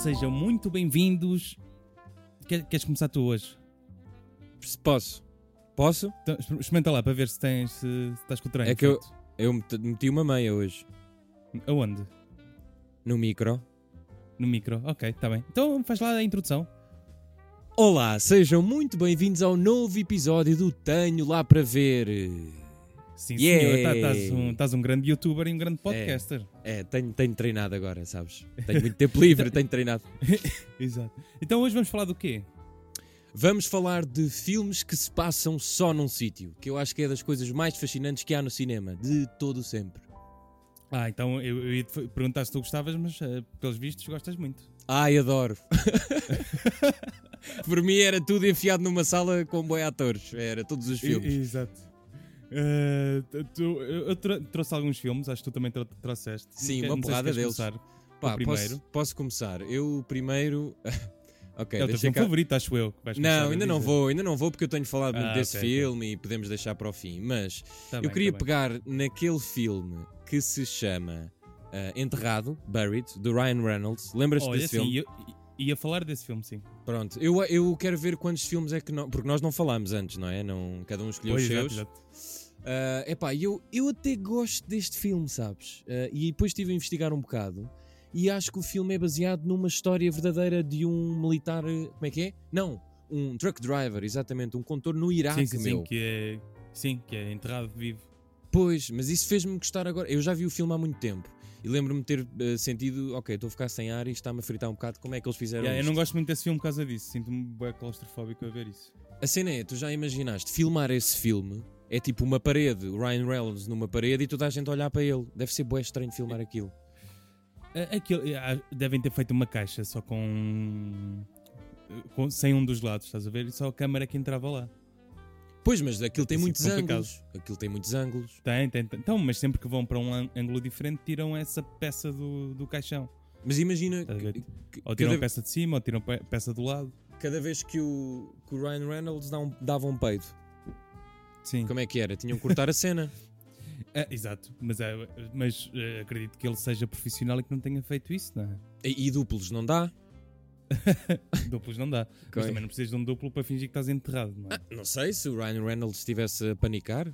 Sejam muito bem-vindos. Quer- Queres começar tu hoje? Se Posso? Posso? Então, exper- experimenta lá para ver se tens se estás com o treino. É que eu- certo? Eu met- meti uma meia hoje Aonde? no micro. No micro. Ok, está bem. Então faz lá a introdução. Olá, sejam muito bem-vindos ao novo episódio do Tenho Lá Para Ver. Sim, Yeah. senhor. tá- Estás um, estás um grande youtuber e um grande podcaster. É, tenho, tenho treinado agora, sabes? Tenho muito tempo livre, tenho treinado. Exato. Então hoje vamos falar do quê? Vamos falar de filmes que se passam só num sítio, que eu acho que é das coisas mais fascinantes que há no cinema, de todo sempre. Ah, então eu, eu ia te perguntar se tu gostavas, mas eh, pelos vistos gostas muito. Ai, adoro. Por mim era tudo enfiado numa sala com boi atores, era todos os filmes. E- Exato. Eh, tu- tu- eu eu tro- trouxe alguns filmes, acho que tu também tro- trouxeste. Sim, Quer- uma não sei se porrada queres deles. começar. É Pá, O primeiro. Posso, posso começar. Eu o primeiro. ok, É o teu deixa filme cá. favorito, acho eu. que vais começar Não, a ainda não dizer. vou, ainda não vou porque eu tenho falado muito Ah, desse ok, ok. filme e podemos deixar para o fim. Mas Tá eu bem, queria tá bem. pegar naquele filme que se chama ah, Enterrado, Buried, do Ryan Reynolds. Lembras-te Olha, desse sim, filme? eu- ia falar desse filme, sim. Pronto, eu, eu quero ver quantos filmes é que não. Porque nós não falámos antes, não é? Não, cada um escolheu os Pois, exato, seus. exato. Ah, epá, eu, eu até gosto deste filme, sabes? Ah, e depois estive a investigar um bocado e acho que o filme é baseado numa história verdadeira de um militar. eh, Como é que é? Não, um truck driver, exatamente, um condutor no Iraque, sim, sim, meu. sim, que é, sim, que é enterrado vivo. Pois, mas isso fez-me gostar agora. Eu já vi o filme há muito tempo e lembro-me de ter eh, sentido, ok, estou a ficar sem ar e está-me a fritar um bocado como é que eles fizeram Yeah, eu isto. não gosto muito desse filme por causa disso. Sinto-me bem claustrofóbico a ver isso. A cena é, tu já imaginaste, filmar esse filme é tipo uma parede, o Ryan Reynolds numa parede e toda a gente a olhar para ele. Deve ser bué estranho filmar aquilo. Ah, Aquilo, ah, devem ter feito uma caixa só com, com- sem um dos lados, estás a ver? E só a câmara que entrava lá. Pois, mas aquilo tem Isso é muitos complicado. ângulos. Aquilo tem muitos ângulos. Tem, tem, tem. Então, mas sempre que vão para um ân- ângulo diferente, tiram essa peça do, do caixão. Mas imagina, Estás Tá a ver? que- que- Ou tiram a cada, peça de cima, ou tiram a pe- peça do lado. cada vez que o, que o Ryan Reynolds dá um- dava um peido, Sim. como é que era? Tinham que cortar a cena. Ah, exato. Mas, ah, mas ah, acredito que ele seja profissional e que não tenha feito isso, não é? E, e duplos não dá? Duplos não dá. Mas também não precisas de um duplo para fingir que estás enterrado, não é? Ah, não sei se o Ryan Reynolds estivesse a panicar. tu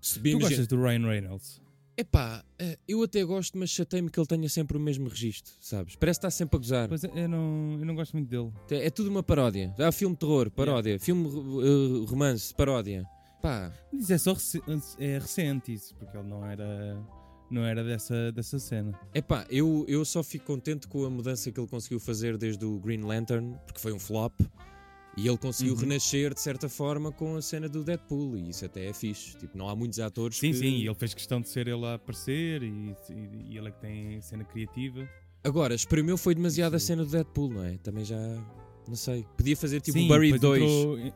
Subimos. gostas do Ryan Reynolds? Epá, eh, eu até gosto, mas chatei-me que ele tenha sempre o mesmo registro, sabes? Parece que está sempre a gozar. Pois é, eu não, eu não gosto muito dele. É tudo uma paródia. Há filme de terror, paródia. Filme eh, romance, paródia. Pá, Mas isso é só rece- é recente isso, porque ele não era, não era dessa, dessa cena. Epá, eu, eu só fico contente com a mudança que ele conseguiu fazer desde o Green Lantern, porque foi um flop, e ele conseguiu Uhum. renascer de certa forma com a cena do Deadpool, e isso até é fixe. Tipo, não há muitos atores Sim, que... sim, e ele fez questão de ser ele a aparecer e, e, e ele é que tem cena criativa. Agora, espremeu foi demasiado a Isso- cena do Deadpool, não é? Também já... não sei. Podia fazer tipo Sim, um Barry depois 2. entrou- e-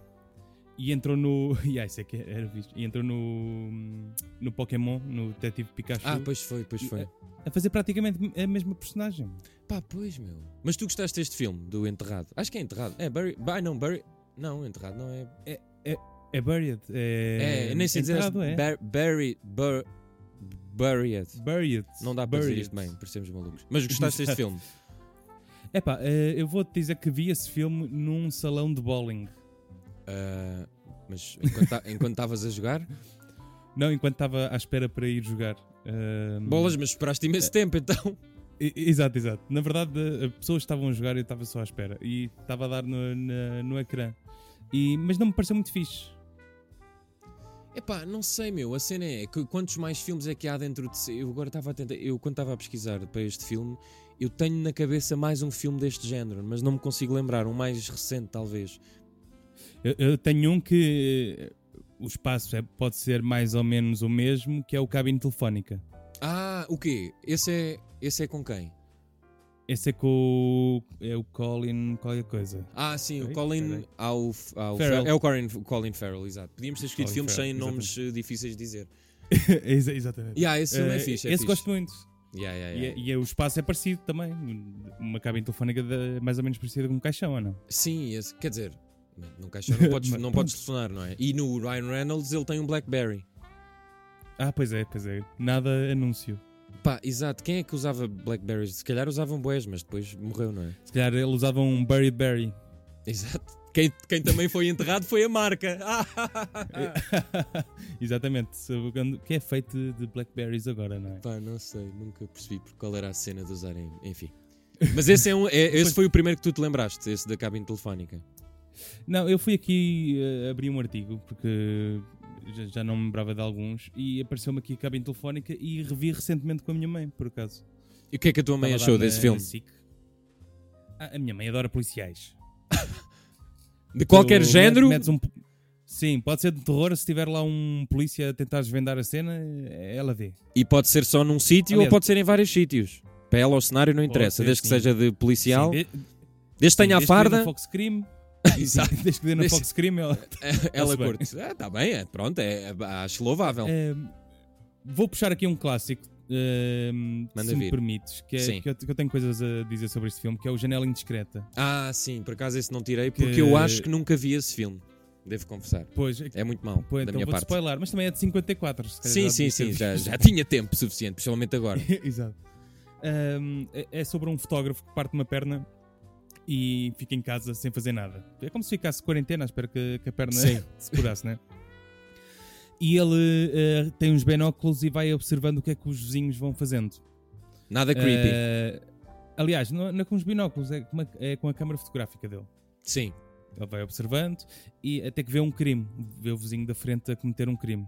e entrou no. Yeah, isso é que era visto. E entrou no. no Pokémon, no Detetive Pikachu. Ah, pois foi, pois E- é, foi. A fazer praticamente a mesma personagem. Pá, pois, meu. Mas tu gostaste deste filme, do Enterrado? Acho que é Enterrado. É Barry... Ah, não, Barry... Não, Enterrado não é... É Buried. É, É, eu nem sei dizer... entrado, é. Bar- Barry... Bur... Buried. Buried. Não dá para dizer Buried. isto bem, parecemos malucos. Mas gostaste deste filme? Epá, eh, eu vou-te dizer que vi esse filme num salão de bowling. Ah, mas enquanto ta- enquanto estavas a jogar? Não, enquanto estava à espera para ir jogar. Ahm, Bolas, mas esperaste imenso tempo então. e- Exato, exato. Na verdade, eh, pessoas estavam a jogar e eu estava só à espera. E estava a dar no, na- no ecrã. E, mas não me pareceu muito fixe. Epá, não sei, meu. A cena é que quantos mais filmes é que há dentro de si? Eu agora estava a tentar. Eu quando estava a pesquisar para este filme, eu tenho na cabeça mais um filme deste género, mas não me consigo lembrar. Um mais recente, talvez. Eu, eu tenho um que eh, o espaço é- pode ser mais ou menos o mesmo, que é o cabine telefónica. Ah, o quê? Esse é, esse é com quem? Esse é com o, é o Colin qualquer coisa. Ah, sim, o Peraí, Colin. peraí. há o f- há o Farrell. Fer- É o Colin, Colin Farrell, exato. Podíamos ter escrito Colin filmes Farrell, sem nomes eh, difíceis de dizer. Ex- exatamente. Yeah, esse filme é, Eh, fixe. É esse fixe. gosto muito. Yeah, yeah, E, yeah. é- e é- o espaço é parecido também. Uma cabine telefónica da- mais ou menos parecida com um caixão, ou não? Sim, esse- quer dizer, num caixão não podes, Mas não pronto. podes telefonar, não é? E no Ryan Reynolds ele tem um Blackberry. Ah, pois é, pois é. Nada anúncio. Pá, exato. Quem é que usava Blackberries? Se calhar usavam boés, mas depois morreu, não é? Se calhar ele usava um Berry Berry. Exato. Quem, quem também foi enterrado foi a marca. Ah! Exatamente. Sabe quando- Que é feito de- de Blackberries agora, não é? Pá, não sei. Nunca percebi por qual era a cena de usarem. Enfim. Mas esse, é um, é- esse foi o primeiro que tu te lembraste, esse da cabine telefónica. Não, eu fui aqui eh, abri um artigo porque já, já não me lembrava de alguns e apareceu-me aqui a cabine telefónica e revi recentemente com a minha mãe, por acaso. E o que é que a tua mãe Estava a achou dar desse na- filme? na SIC. Ah, a minha mãe adora policiais. De qualquer Tu género? metes um po- Sim, pode ser de terror. Se tiver lá um polícia a tentar desvendar a cena, eh, ela vê. E pode ser só num sítio ou Aliás- pode ser em vários sítios. Para ela o cenário não interessa, ser, desde que sim. seja de policial, Sim, de- desde que tenha desde que dê a na farda, Fox Crime. Exato. Desde que dê na Desde- Fox Crime, ela. ela Está-se bem. curte. Ah, tá bem, é, pronto, é, é, acho louvável. Ahm, Eh, vou puxar aqui um clássico, ahm, Manda se vir. me permites, que, é- Sim. que eu, que eu tenho coisas a dizer sobre este filme, que é o Janela Indiscreta. Ah, sim, por acaso esse não tirei, Que- porque eu acho que nunca vi esse filme. Devo confessar. Pois, É muito mau, pois, da então minha vou-te parte. spoiler, mas também é de 54. Se calhar Sim, já sim, devias ter sim, já, visto. já tinha tempo suficiente, principalmente agora. Exato. Ahm, é- é sobre um fotógrafo que parte uma perna e fica em casa sem fazer nada. É como se ficasse de quarentena, espero que, que a perna Sim. se curasse, né? E ele eh, tem uns binóculos e vai observando o que é que os vizinhos vão fazendo. Nada É creepy. Eh, aliás, não, não é com os binóculos, é com, a, é com a câmara fotográfica dele. Sim. Ele vai observando e até que vê um crime, vê o vizinho da frente a cometer um crime.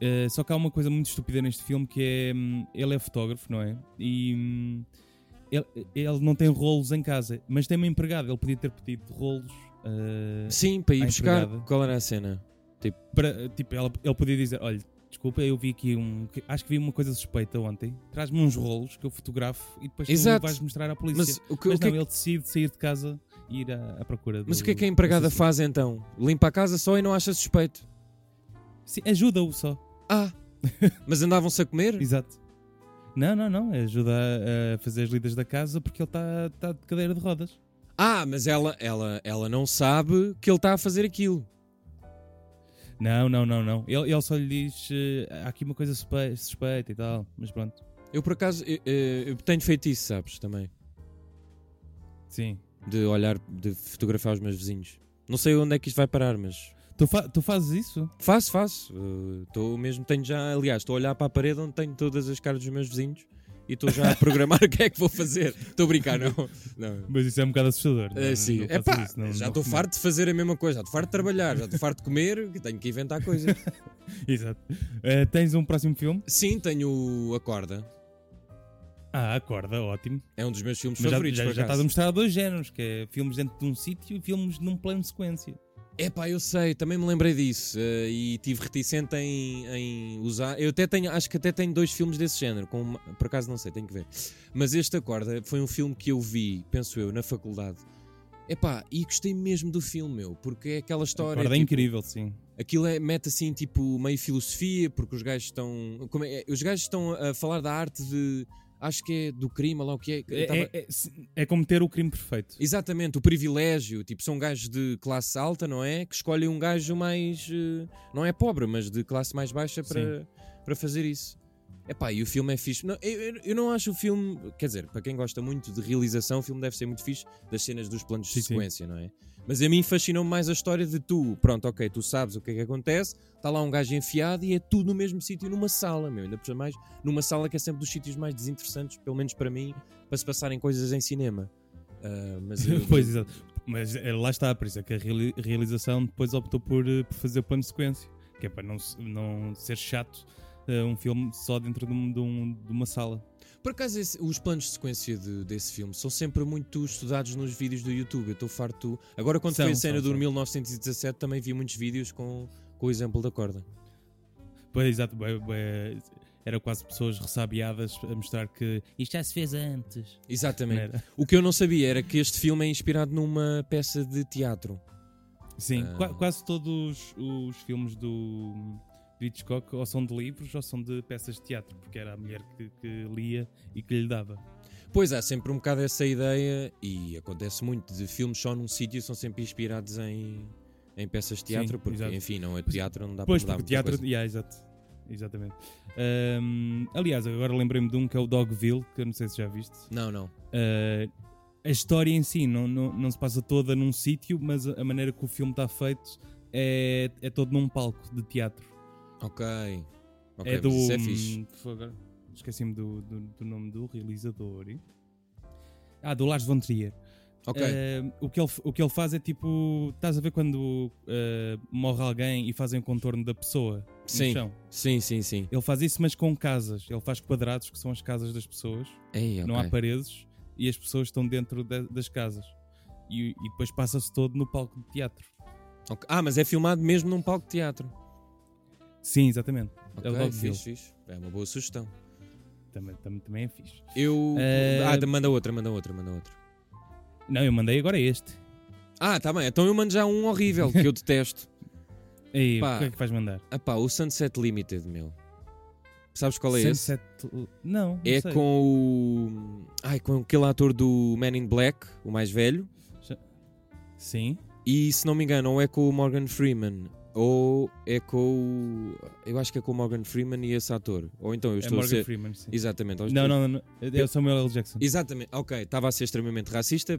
Eh, só que há uma coisa muito estúpida neste filme que é hum, ele é fotógrafo, não é? E hum, ele, ele não tem rolos em casa, mas tem uma empregada. Ele podia ter pedido rolos eh, Sim, para ir à buscar. empregada. Qual era a cena? para tipo ela, ele podia dizer, olha, desculpa, eu vi aqui um, que- acho que vi uma coisa suspeita ontem. Traz-me uns rolos que eu fotografo e depois tu Exato. vais mostrar à polícia. Mas o que, mas o que é não, que- ele decide sair de casa e ir à, à procura mas do- o que é que a empregada assassino. faz então? Limpa a casa só e não acha suspeito. Sim, ajuda-o só. Ah! Mas andavam-se a comer? Exato. Não, não, não. Ajuda a, a fazer as lidas da casa porque ele está tá de cadeira de rodas. Ah, mas ela, ela, ela não sabe que ele está a fazer aquilo. Não, não, não, não. Ele, ele só lhe diz eh, há aqui uma coisa suspe- suspeita e tal. Mas pronto. Eu, por acaso, eu, eh, eu- eu tenho feito isso, sabes, também. Sim. De olhar, de fotografar os meus vizinhos. Não sei onde é que isto vai parar, mas... Tu, fa- tu fazes isso? Faço, faço. Eh, tô mesmo, tenho já... Aliás, estou a olhar para a parede onde tenho todas as caras dos meus vizinhos e estou já a programar o que é que vou fazer. Estou a brincar, não. não. Mas isso é um bocado assustador. Eh, sim. faças Epá, isso, não- já não estou recomendo. farto de fazer a mesma coisa. Já estou farto de trabalhar, já estou farto de comer, que tenho que inventar coisas. Exato. Eh, tens um próximo filme? Sim, tenho a corda. Ah, acorda, ótimo. É um dos meus filmes Mas já, favoritos, já, por já acaso. estás a mostrar dois géneros, que é filmes dentro de um sítio e filmes num plano de sequência. Epá, eu sei, também me lembrei disso eh, e tive reticente em, em usar. Eu até tenho, acho que até tenho dois filmes desse género, com uma- por acaso não sei, tenho que ver. Mas este Acorda foi um filme que eu vi, penso eu, na faculdade. Epá, e gostei mesmo do filme, meu, porque é aquela história. Acorda é tipo, incrível, sim. Aquilo é, mete assim, tipo, meio filosofia, porque os gajos estão. como é- os gajos estão a falar da arte de. Acho que é do crime, lá o que é. Eu tava- É, é, é, se- é como ter o crime perfeito. Exatamente, o privilégio. Tipo, são gajos de classe alta, não é? Que escolhem um gajo mais. eh, Não é pobre, mas de classe mais baixa para, para fazer isso. Epá, e o filme é fixe. Não, eu, eu- eu não acho o filme. Quer dizer, para quem gosta muito de realização, o filme deve ser muito fixe das cenas dos planos de Sim, sim. sequência, não é? Mas a mim fascinou-me mais a história de tu. Pronto, ok, tu sabes o que é que acontece, está lá um gajo enfiado e é tudo no mesmo sítio, numa sala, meu. Ainda por mais, numa sala que é sempre dos sítios mais desinteressantes, pelo menos para mim, para se passarem coisas em cinema. Ah, mas eu- pois, exato. Mas eh, lá está, por isso é que a reali- realização depois optou por, eh, por fazer o plano de sequência. Que é para não, se- não ser chato eh, um filme só dentro de, um- de um- de uma sala. Por acaso, esse- os planos de sequência de- desse filme são sempre muito estudados nos vídeos do YouTube. Eu estou farto. Agora, quando São, foi a cena são, do são. 1917, também vi muitos vídeos com, com o exemplo da corda. Pois, exato. bué- bué- era quase pessoas ressabiadas a mostrar que isto já se fez antes. não Exatamente. era? O que eu não sabia era que este filme é inspirado numa peça de teatro. Sim, Ah. qua- quase todos os filmes do, do Hitchcock ou são de livros ou são de peças de teatro, porque era a mulher que, que lia e que lhe dava. Pois há sempre um bocado essa ideia, e acontece muito, de filmes só num sítio são sempre inspirados em, em peças de teatro, Sim, porque, exato. enfim, não é teatro, não dá Pois, para mudar porque o muita teatro. coisa. Yeah, exato. exatamente. Ahm, aliás, agora lembrei-me de um que é o Dogville, que eu não sei se já viste. Não, não. Ah, a história em si não, não, não se passa toda num sítio, mas a a maneira que o filme está feito é, é todo num palco de teatro. Ok. Ok, é do. mas Isso é fixe. hum, foi agora- Esqueci-me do, do, do nome do realizador. e- Ah, do Lars von Trier. Ok. Eh, o, que ele, o que ele faz é tipo. Estás a ver quando eh, morre alguém e fazem o contorno da pessoa Sim. no chão? Sim, sim, sim. Ele faz isso, mas com casas. Ele faz quadrados, que são as casas das pessoas. Ei, Não há ok. paredes e as pessoas estão dentro da- das casas. E, e depois passa-se todo no palco de teatro. Ok. Ah, mas é filmado mesmo num palco de teatro. Sim, exatamente. Ok, É o Dogville. fixe, fixe. É uma boa sugestão. Também, também, também é fixe. Eu. Eh, Ah, manda outra, manda outra, manda outra. Não, eu mandei agora este. Ah, tá bem. Então eu mando já um horrível que eu detesto. Ei, Pá. o que é que vais mandar? Ah pá, o Sunset Limited, meu. Sabes qual é esse? Sunset. Não, não É sei. com o. Ai, com aquele ator do Man in Black, o mais velho. Sim. E se não me engano, ou é com o Morgan Freeman, ou é com o. Eu acho que é com o Morgan Freeman e esse ator. Ou então eu É estou Morgan a ser. Freeman. Sim. Exatamente. ou Não, estou- não, não. É o Samuel L. Jackson. Exatamente. Ok, estava a ser extremamente racista,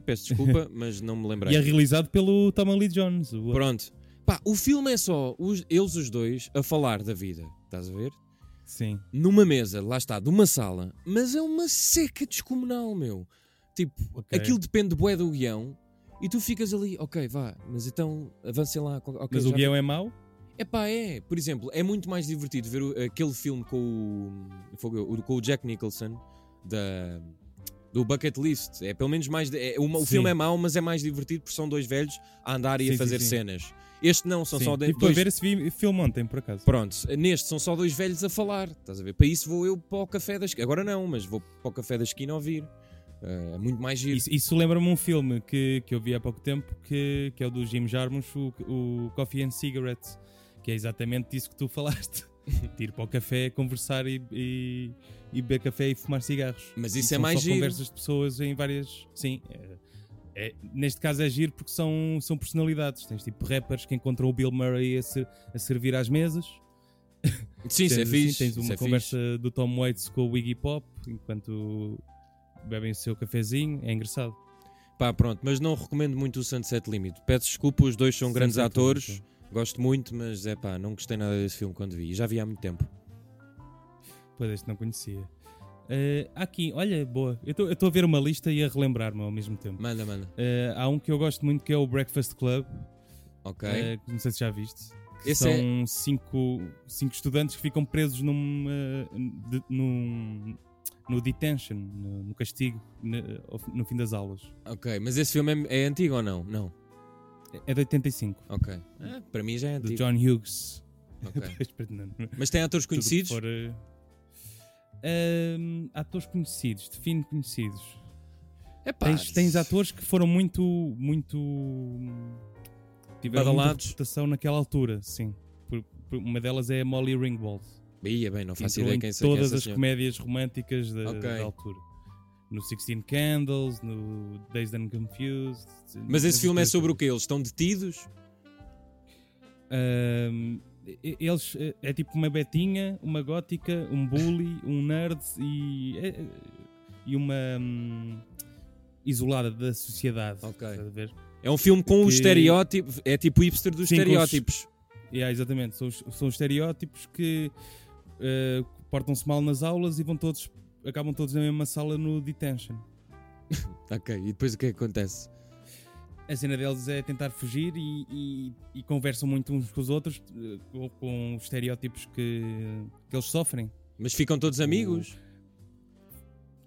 peço desculpa, mas não me lembrei. E é realizado pelo Tom Lee Jones. o- Pronto. Pá, o filme é só os- eles os dois a falar da vida. Estás a ver? Sim. Numa mesa, lá está, de uma sala, mas é uma seca descomunal, meu. ok. Aquilo depende bué do guião e tu ficas ali, ok, vá, mas então avancem lá. ok, Mas já o guião é mau? É pá, é. Por exemplo, é muito mais divertido ver o- aquele filme com o, fogo, o- com o Jack Nicholson da, do Bucket List. É pelo menos mais. de- é uma- o Sim. filme é mau, mas é mais divertido porque são dois velhos a andar e Sim, a sim, fazer sim. cenas. Este não, são Sim. só de- Tive dois. para ver esse vi- filme ontem, por acaso. Pronto, neste são só dois velhos a falar. Estás a ver? Para isso vou eu para o café da esquina. Agora não, mas vou para o café da esquina ouvir. Eh, É muito mais giro. Isso, isso lembra-me um filme que, que eu vi há pouco tempo, que, que é o do Jim Jarmusch, o, o Coffee and Cigarettes, que é exatamente isso que tu falaste. De ir para o café, conversar e, e, e beber café e fumar cigarros. Mas E isso é são mais só giro. conversas de pessoas em várias... Sim, é- é- neste caso é giro porque são, são personalidades. Tens tipo rappers que encontram o Bill Murray a, ser- a servir às mesas. Sim, isso é Tens assim, fixe. Tens isso uma é conversa fixe. do Tom Waits com o Iggy Pop enquanto bebem o seu cafezinho. É engraçado. Pá, pronto, mas não recomendo muito o Sunset Limit. Peço desculpa, os dois são Sunset grandes Limit, atores. sim. Gosto muito, mas é pá, não gostei nada desse filme quando vi. E Já vi há muito tempo. Pois este não conhecia. Eh, há aqui, olha, boa. Eu estou a ver uma lista e a relembrar-me ao mesmo tempo. Manda, manda. Eh, há um que eu gosto muito que é o Breakfast Club. Ok. eh, que não sei se já viste. Que Esse é- são cinco, cinco estudantes que ficam presos num, ah, de, num, no detention, no, no castigo, ne- ao fi- no fim das aulas. Ok, mas esse filme é, é antigo ou não? Não. É de 85, Ok. Ah, para mim já é do antigo. John Hughes. Ok. Pois, perdão. é? Mas tem atores Tudo que conhecidos? for, eh, ahm, atores conhecidos, define conhecidos. É pá. Tens, tens atores que foram muito, muito. tiveram muita Badalados. reputação naquela altura, sim. Por- por- uma delas é a Molly Ringwald. Ia bem, não faço Entrou ideia em quem é seja todas essa as senhora. comédias românticas da, Ok. da altura. No Sixteen Candles, no Days and Confused. Mas esse filme é sobre o quê? Eles estão detidos? Ahm, e- eles eh, é tipo uma betinha, uma gótica, um bully, um nerd e, eh, e uma hum, isolada da sociedade. Ok. estás a ver? É um filme com o Que- estereótipo. É tipo hipster dos Sim, com os- estereótipos. Yeah, exatamente, são, os- são os estereótipos que eh, portam-se mal nas aulas e vão todos acabam todos na mesma sala no detention. Ok, e depois o que é que acontece? A cena deles é tentar fugir e, e- e conversam muito uns com os outros eh, com, com os estereótipos que, que eles sofrem. Mas ficam todos amigos?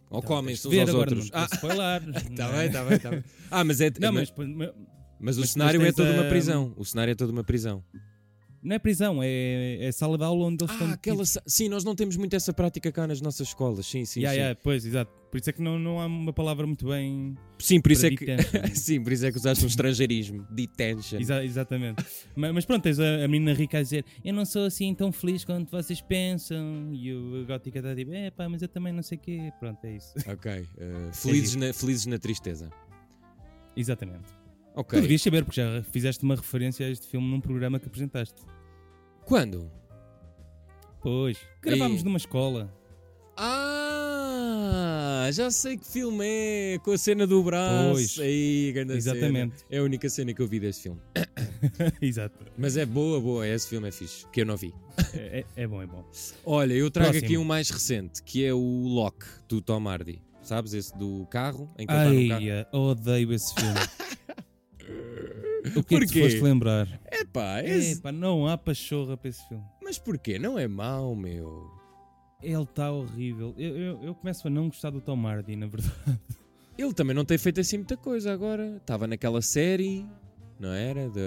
Ou Então, tens comem-se uns de ver aos agora, outros? Ah, Não, te vou spoiler. Tá Não é? bem, tá bem, tá bem. Ah, mas é. Não, mas, mas, mas mas o mas cenário é depois tens toda uma a- prisão. O cenário é toda uma prisão. não é prisão, é, é sala de aula onde eles estão. Ah, aquela. sa- Sim, nós não temos muito essa prática cá nas nossas escolas. Sim, sim, Sim, yeah, sim. yeah, pois, exato. Por isso é que não, não há uma palavra muito bem. Sim, por isso para é que. detention. Sim, por isso é que usaste um estrangeirismo. Detention. Exa- exatamente. mas, mas pronto, tens a, a menina rica a dizer: Eu não sou assim tão feliz quanto vocês pensam. E o gótica está tipo: É pá, mas eu também não sei o quê. Pronto, é isso. Ok. eh, felizes, na, felizes na tristeza. Exatamente. Tu Ok. devias saber, porque já fizeste uma referência a este filme num programa que apresentaste. Quando? Pois. Gravámos Ei. numa escola. Ah, já sei que filme é, com a cena do braço. Pois. Aí, grande cena. Exatamente. É a única cena que eu vi deste filme. Exato. Mas é boa, boa, esse filme é fixe, que eu não vi. É, é- é bom, é bom. Olha, eu trago Próximo. aqui um mais recente, que é o Lock, do Tom Hardy. Sabes, esse do carro, em que ele Ai, é está no carro. odeio esse filme. o que é que Porquê? É te foste lembrar? Epá, esse... Epá, não há pachorra para esse filme. mas porquê? Não é mau, meu. Ele está horrível. Eu, eu- eu começo a não gostar do Tom Hardy, na verdade. Ele também não tem feito assim muita coisa agora. Estava naquela série, não era? Da.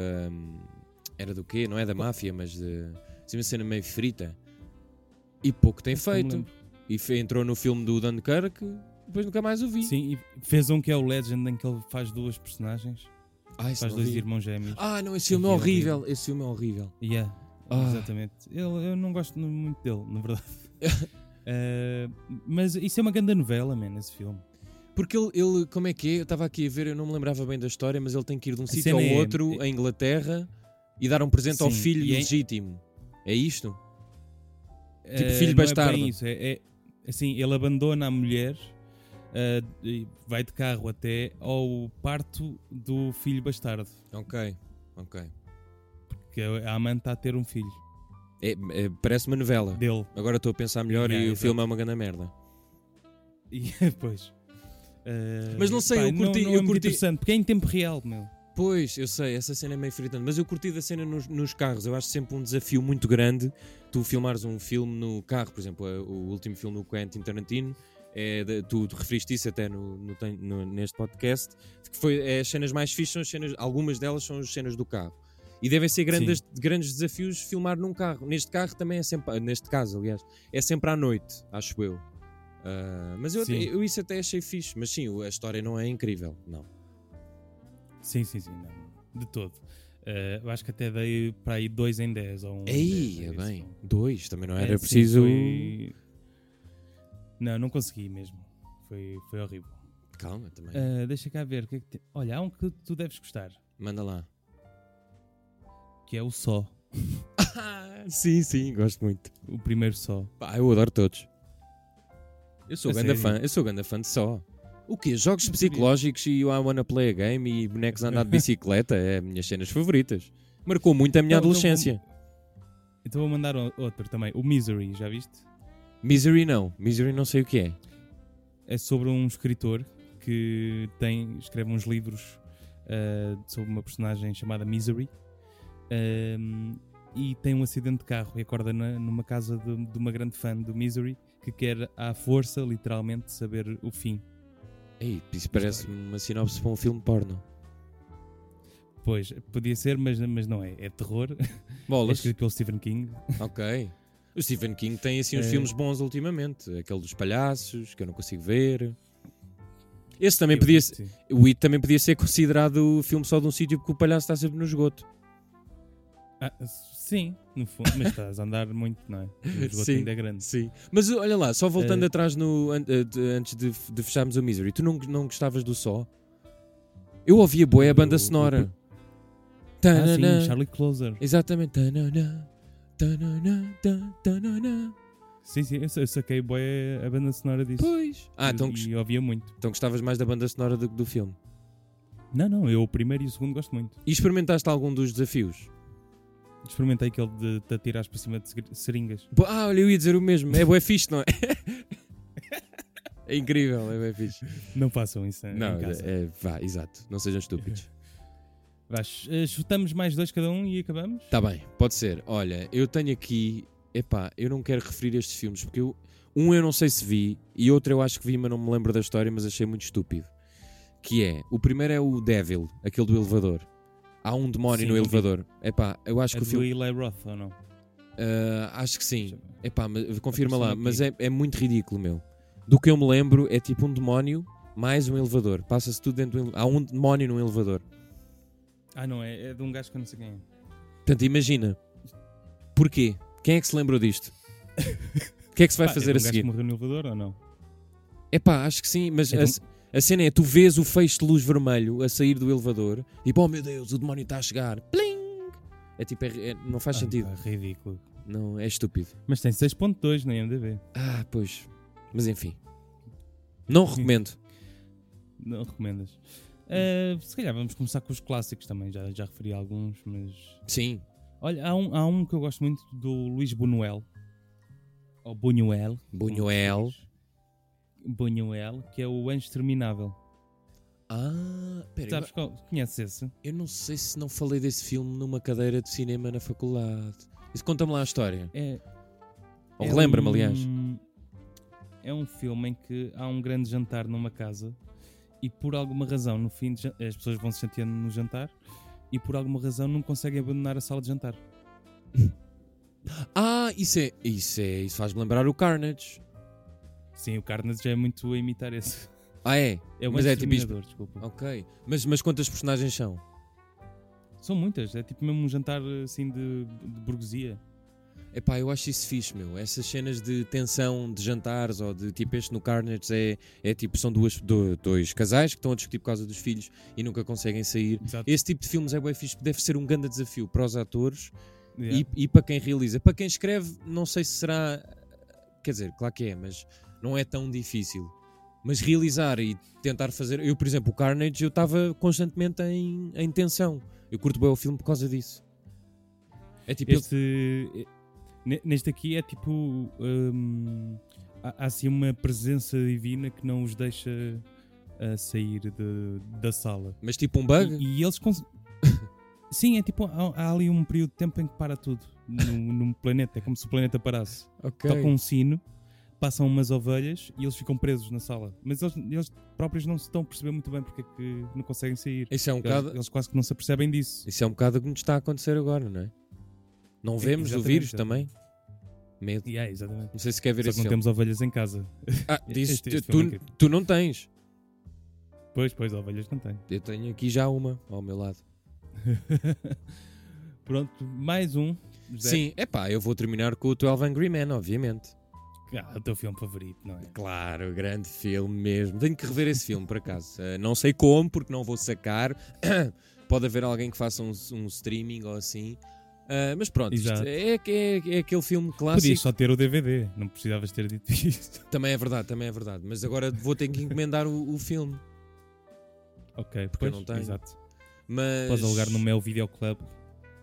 Era do quê? Não é da máfia, mas de. Assim, uma cena meio frita. E pouco tem Não me feito. lembro. E fe- entrou no filme do Dunkirk, depois nunca mais o vi. Sim, e fez um que é o Legend, em que ele faz duas personagens. Ah, esse Faz não dois vi. irmãos gêmeos. Ah, não, esse filme é Sim, horrível. Esse filme é horrível. Yeah, Ah. exatamente. Eu, eu não gosto nu- muito dele, na verdade. Eh, mas isso é uma grande novela, man, esse filme. Porque ele, ele- como é que é? Eu estava aqui a ver, eu não me lembrava bem da história, mas ele tem que ir de um sítio cena ao é- outro, à Inglaterra, e dar um presente ao Sim, filho e é- legítimo. É isto? Tipo Eh, filho não É bastardo. bem isso, é, é- assim, ele abandona a mulher, eh, e vai de carro até ao parto do filho bastardo, Ok, ok. que a amante está a ter um filho É, é, parece uma novela. dele. Agora estou a pensar melhor Yeah, e o exato. filme é uma grande merda. E depois. eh, Mas não sei, eu não- curti- não eu é muito curti- interessante, porque é em tempo real, meu. Pois, eu sei, essa cena é meio fritante, mas eu curti da cena nos, nos carros. Eu acho sempre um desafio muito grande tu filmares um filme no carro. Por exemplo, eh, o último filme do Quentin Tarantino, é da- tu, tu referiste isso até no, no ten- no- neste podcast, de que foi, é, as cenas mais fixas são as cenas, algumas delas são as cenas do carro. E devem ser grandes, grandes desafios filmar num carro. Neste carro também é sempre, neste caso, aliás, é sempre à noite, acho eu. Ah, mas eu, Sim. eu isso até achei fixe, mas sim, a história não é incrível, não. Sim, sim, sim, não, de todo. Eh, eu acho que até dei para aí 2 em 10 ou um. em Ei, 10 a é esse bem. filme. Dois, também não era É, sim, preciso. foi- Não, não consegui mesmo. Foi, foi horrível. Calma também. Ah, deixa cá ver. o que é que tem- Olha, há um que tu deves gostar, Manda lá. que é o Só. É, sim, sim, gosto muito. O primeiro Só. Pá, eu adoro todos. Eu sou A grande sério? fã, eu sou grande fã de só. O quê? Jogos Não sabia. psicológicos e o I Wanna Play a Game e bonecos a andar de bicicleta é minhas cenas favoritas. Marcou muito a minha Então- então adolescência. Então vou mandar o- outro também. O Misery, já viste? Misery não. Misery não sei o que é. É sobre um escritor que tem, escreve uns livros ah, sobre uma personagem chamada Misery. Ahm, e tem um acidente de carro e acorda na- numa casa de, de uma grande fã do Misery que quer à força, literalmente, saber o fim. Ei, isso parece uma sinopse para um filme porno. Pois, podia ser, mas, mas não é. É terror. É Bolas. escrito pelo Stephen King. ok. O Stephen King tem assim uns É. filmes bons ultimamente. Aquele dos palhaços, que eu não consigo ver. Esse também Eu podia ser. disse. O It também podia ser considerado o filme só de um sítio porque o palhaço está sempre no esgoto. Ah, sim, no fundo, mas estás a andar muito, não é? O esgoto Sim. ainda é grande. Sim. Mas olha lá, só voltando Eh. atrás no, an- eh, de- antes de, f- de fecharmos o Misery, tu não, não gostavas do só? Eu ouvia boa a banda Eu- sonora. eu- Ah, sim, Tanana. Charlie Closer. Exatamente. Tanana, tanana, tan- tanana. Sim, sim, eu sa- eu saquei boy a banda sonora disso. Pois. Ah, E- então, gos- e ouvia muito. então gostavas mais da banda sonora do que do filme. Não, não, eu o primeiro e o segundo gosto muito. E experimentaste algum dos desafios? Experimentei aquele de te atirares para cima de segre- seringas. Bo- Ah, olha, eu ia dizer o mesmo. É bué fixe, não é? É incrível, é bué fixe. Não façam isso. Não, Não, é, é- vá, exato. Não sejam estúpidos. eh, chutamos mais dois cada um e acabamos. Tá bem, pode ser. Olha, eu tenho aqui. Epá, eu não quero referir estes filmes porque eu, um eu não sei se vi e outro eu acho que vi, mas não me lembro da história, mas achei muito estúpido. Que é, o primeiro é o Devil, aquele do elevador. Há um demónio Sim, no não vi. elevador. Epá, eu acho É que o do filme. Eli Roth ou não? Ah, acho que sim. Epá, mas, confirma Apareceu-me lá, aqui. mas é, é muito ridículo, meu. Do que eu me lembro, é tipo um demónio mais um elevador. Passa-se tudo dentro do elevador. Há um demónio num elevador. Ah, não, é, é de um gajo que eu não sei quem é. Portanto, imagina. Porquê? Quem é que se lembrou disto? O que é que se vai Pá, é fazer de um a gajo que seguir? morreu no elevador ou não? É pá, acho que sim, mas É de a, um- c- a cena é: tu vês o feixe de luz vermelho a sair do elevador e, oh meu Deus, o demónio está a chegar. Pling! É tipo, é- é- não faz Ah, sentido. pá, ridículo. Não, é estúpido. Mas tem 6.2 na IMDb. Ah, pois. Mas enfim. Não recomendo. Não recomendas. Ah, se calhar vamos começar com os clássicos também. Já, já referi alguns, mas. Sim. Olha, há um, há um que eu gosto muito do Luís Buñuel. Ou Buñuel. Buñuel. Buñuel, que é o Anjo Terminável. Ah, pera, Sabes qual? Conheces esse? eu não sei se não falei desse filme numa cadeira de cinema na faculdade. Isso conta-me lá a história. É, Ou é relembra-me, um- aliás. É um filme em que há um grande jantar numa casa e por alguma razão no fim de jan- as pessoas vão se chateando no jantar e por alguma razão não conseguem abandonar a sala de jantar. Ah, isso é. Isso é. Isso faz-me lembrar o Carnage. Sim, o Carnage já é muito a imitar esse. Ah, é? É o Mas Anjo é tipo isto. Exterminador, desculpa. Ok. Mas, mas quantas personagens são? São muitas, é tipo mesmo um jantar assim de, de burguesia. Epá, eu acho isso fixe, meu. Essas cenas de tensão de jantares ou de tipo este no Carnage é, é tipo, são duas, do- dois casais que estão a discutir por causa dos filhos e nunca conseguem sair. Exato. Esse tipo de filmes é bem fixe, deve ser um grande desafio para os atores Yeah. e, e para quem realiza. Para quem escreve, não sei se será. Quer dizer, claro que é, mas não é tão difícil. Mas realizar e tentar fazer. Eu, por exemplo, o Carnage, eu estava constantemente em, em tensão. Eu curto bem o filme por causa disso. É tipo, ele- Este, eh, ne- neste aqui é tipo. hum, há, há assim uma presença divina que não os deixa ah, sair de- da sala. mas tipo um bug? E, e eles. cons- Sim, é tipo. Há, há ali um período de tempo em que para tudo num, num planeta. É como se o planeta parasse. Ok. Tocam um sino, passam umas ovelhas e eles ficam presos na sala. Mas eles, eles próprios não se estão a perceber muito bem porque é que não conseguem sair. Isso é um Eles, bocado, eles quase que não se apercebem disso. isso é um bocado o que nos está a acontecer agora, não é? Não vemos o exatamente, vírus É, exatamente. também? Medo. Yeah, é, exatamente. Não sei se quer ver Só que esse não filme. temos ovelhas em casa. Ah, diz, este- este tu, filme é incrível. tu não tens. Pois, pois, ovelhas não tenho. Eu tenho aqui já uma ao meu lado. Pronto, mais um. José. Sim, é pá, eu vou terminar com o 12 Angry Men, obviamente. Ah, o teu filme favorito, não é? Claro, grande filme mesmo. Tenho que rever esse filme, por acaso. Ah, não sei como, porque não vou sacar. Pode haver alguém que faça um, um streaming ou assim. Ah, mas pronto, isto Exato. é, é- é aquele filme clássico. Podias só ter o DVD, não precisavas ter dito isso. Também é verdade, também é verdade. Mas agora vou ter que encomendar o, o filme. ok, Porque eu pois, não tenho. Exato. Mas. Podes alugar no meu videoclub.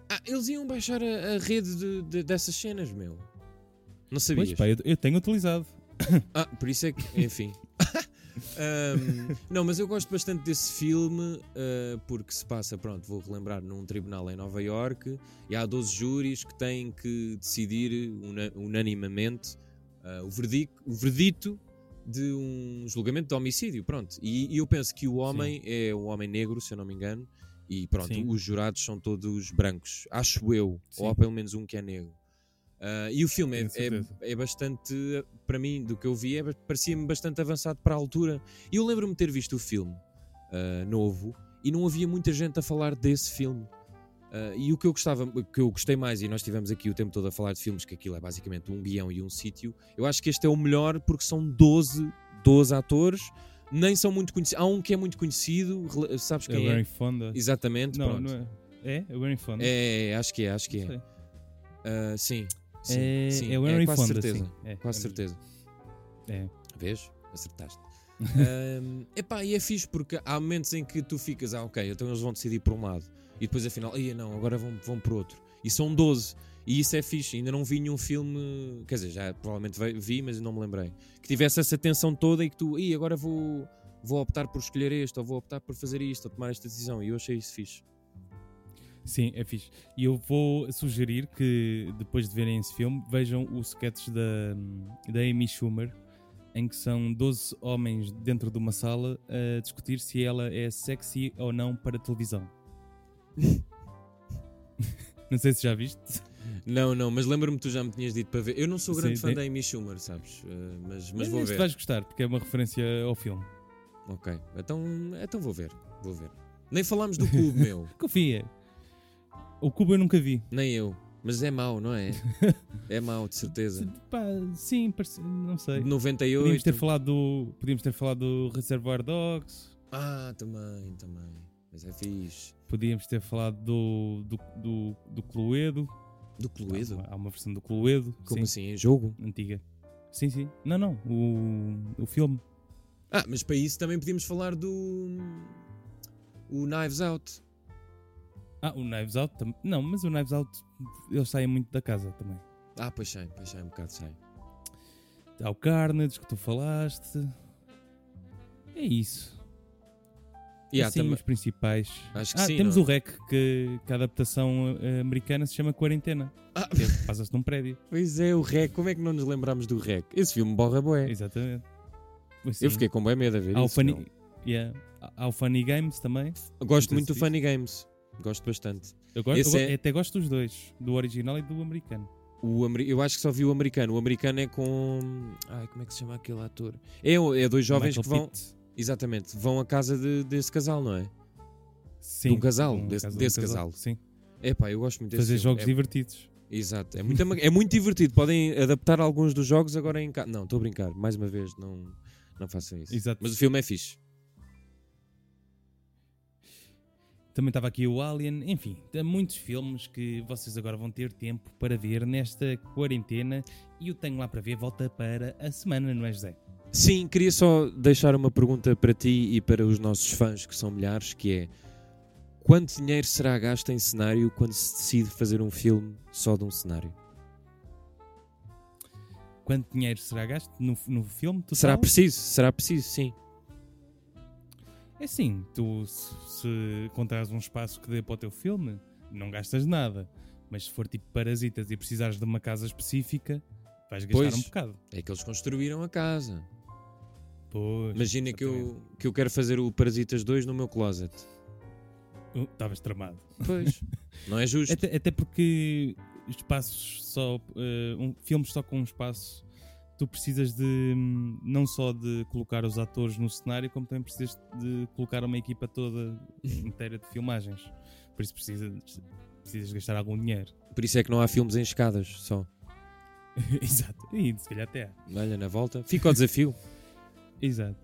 Ah, eles iam baixar a, a rede de- de- dessas cenas, meu. Não sabias? Pois pá, eu, eu tenho utilizado. Ah, por isso é que. Enfim. Ahm, não, mas eu gosto bastante desse filme ah, porque se passa, pronto, vou relembrar, num tribunal em Nova Iorque e há 12 júris que têm que decidir una- unanimamente ah, o, verdic- o verdito de um julgamento de homicídio, pronto. E, e eu penso que o homem é um homem negro, se eu não me engano, e pronto, Sim. os jurados são todos brancos, acho eu, ou há Sim. pelo menos um que é negro. Ah, e o filme é, Tenho certeza. é, é bastante, para mim, do que eu vi, é, ba- parecia-me bastante avançado para a altura. E eu lembro-me de ter visto o filme ah, novo e não havia muita gente a falar desse filme. Ah, e o que eu gostava, o que eu gostei mais, e nós estivemos aqui o tempo todo a falar de filmes, que aquilo é basicamente um guião e um sítio, eu acho que este é o melhor porque são 12, 12 atores, nem são muito conhecidos. Há um que é muito conhecido, rela- sabes É o quem é? Barry Fonda. Exatamente, Não, pronto. não é. É? É o Barry Fonda. É, é, acho que é, acho que Não é. sei. Ah, sim, sim, é, sim, é o é Henry quase Fonda, certeza. sim. É, Quase é certeza. É. Vês? Acertaste. Ahm, epá, e é fixe porque há momentos em que tu ficas, ah, ok, então eles vão decidir por um lado. E depois afinal, ia não, agora vão, vão por outro. E são 12. E isso é fixe. Ainda não vi nenhum filme, quer dizer, já provavelmente vai- vi, mas não me lembrei. Que tivesse essa tensão toda e que tu, e agora vou, vou optar por escolher este, ou vou optar por fazer isto, ou tomar esta decisão. E eu achei isso fixe. mesmo. Sim, é fixe. E eu vou sugerir que, depois de verem esse filme, vejam o sketch da, da Amy Schumer, em que são 12 homens dentro de uma sala a discutir se ela é sexy ou não para televisão. não sei se já viste. Não, não, mas lembro-me que tu já me tinhas dito para ver. Eu não sou grande Sim, fã tem- da Amy Schumer, sabes? Ah, mas, mas vou este ver. vais gostar, porque é uma referência ao filme. Ok, então, então vou ver, vou ver. Nem falámos do cubo, meu, Confia. é, O Cubo eu nunca vi. nem eu, mas é mau, não é? É mau, de certeza. Pá, sim, parece- não sei. De Podíamos 98. ter falado do, podíamos ter falado do Reservoir Dogs, Ah, também, também. Mas é fixe. podíamos ter falado do, do, do, do Cluedo, Do Cluedo? Há uma versão do Cluedo, Como sim, assim? Em jogo? antiga. Sim, sim. Não, não. O, o filme. Ah, mas para isso também podíamos falar do. O Knives Out. Ah, o Knives Out também. Não, mas o Knives Out eles saem muito da casa também. Ah, pois sai, pois sai, um bocado sai. Há o Carnage que tu falaste. É isso. E há assim, também- os principais. Acho que ah, sim, temos não é? o REC, que, que a adaptação eh, americana se chama Quarentena. Ah, que é- Passa-se num prédio. pois é, o Rec. Como é que não nos lembramos do Rec? Esse filme borra boé. Exatamente. Assim, É. Eu fiquei com bem medo a ver há o isso, funny, meu. yeah. Há- há o Funny Games também. Gosto Não sei muito se do Funny Games. Gosto bastante. Eu, gosto, Esse eu go- é- até gosto dos dois, do original e do americano. O amer- Eu acho que só vi o americano. O americano é com. Ai, como é que se chama aquele ator? É, o- é dois jovens Michael que vão. Pitt. Exatamente, vão à casa de- desse casal, não é? Sim, de um casal, uma desse- casa- desse um casal. Sim, É pá, eu gosto muito desse fazer filme. jogos É- divertidos. Exato, é muito, ama- é muito divertido. Podem adaptar alguns dos jogos agora em casa. Não, estou a brincar, mais uma vez, não, não façam isso. Exato. Mas o filme é fixe. Também estava aqui o Alien, enfim, há muitos filmes que vocês agora vão ter tempo para ver nesta quarentena e o Tenho Lá para Ver volta para a semana, não é José? Sim, queria só deixar uma pergunta para ti e para os nossos fãs, que são milhares, que é quanto dinheiro será gasto em cenário quando se decide fazer um filme só de um cenário? Quanto dinheiro será gasto no, no filme? total? Será preciso? Será preciso, sim. É assim, tu se, se encontrares um espaço que dê para o teu filme, não gastas nada. Mas se for tipo parasitas e precisares de uma casa específica, vais gastar Pois. um bocado. É que eles construíram a casa. Pois, Imagina que exatamente. eu, que eu quero fazer o Parasitas 2 no meu closet. Uh, Estavas tramado. Pois. Não é justo. Até, até porque espaços só. eh, um- filmes só com um espaço. Tu precisas de hum, não só de colocar os atores no cenário, como também precisas de colocar uma equipa toda inteira de filmagens. Por isso precisas, precisas gastar algum dinheiro. Por isso é que não há filmes em escadas só. Exato. E se calhar até há. Olha, na volta. Fica o desafio. Exato.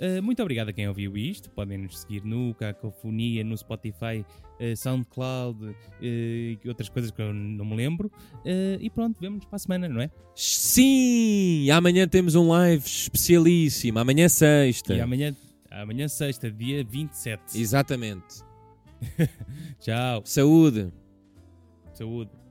Uh, muito obrigado a quem ouviu isto. Podem nos seguir no Cacofonia, no Spotify, uh, Soundcloud uh, e outras coisas que eu não me lembro. Uh, e pronto, vemo-nos para a semana, não é? Sim! Amanhã temos um live especialíssimo. Amanhã é sexta. E amanhã, amanhã sexta, dia 27. Exatamente. Tchau. Saúde. Saúde.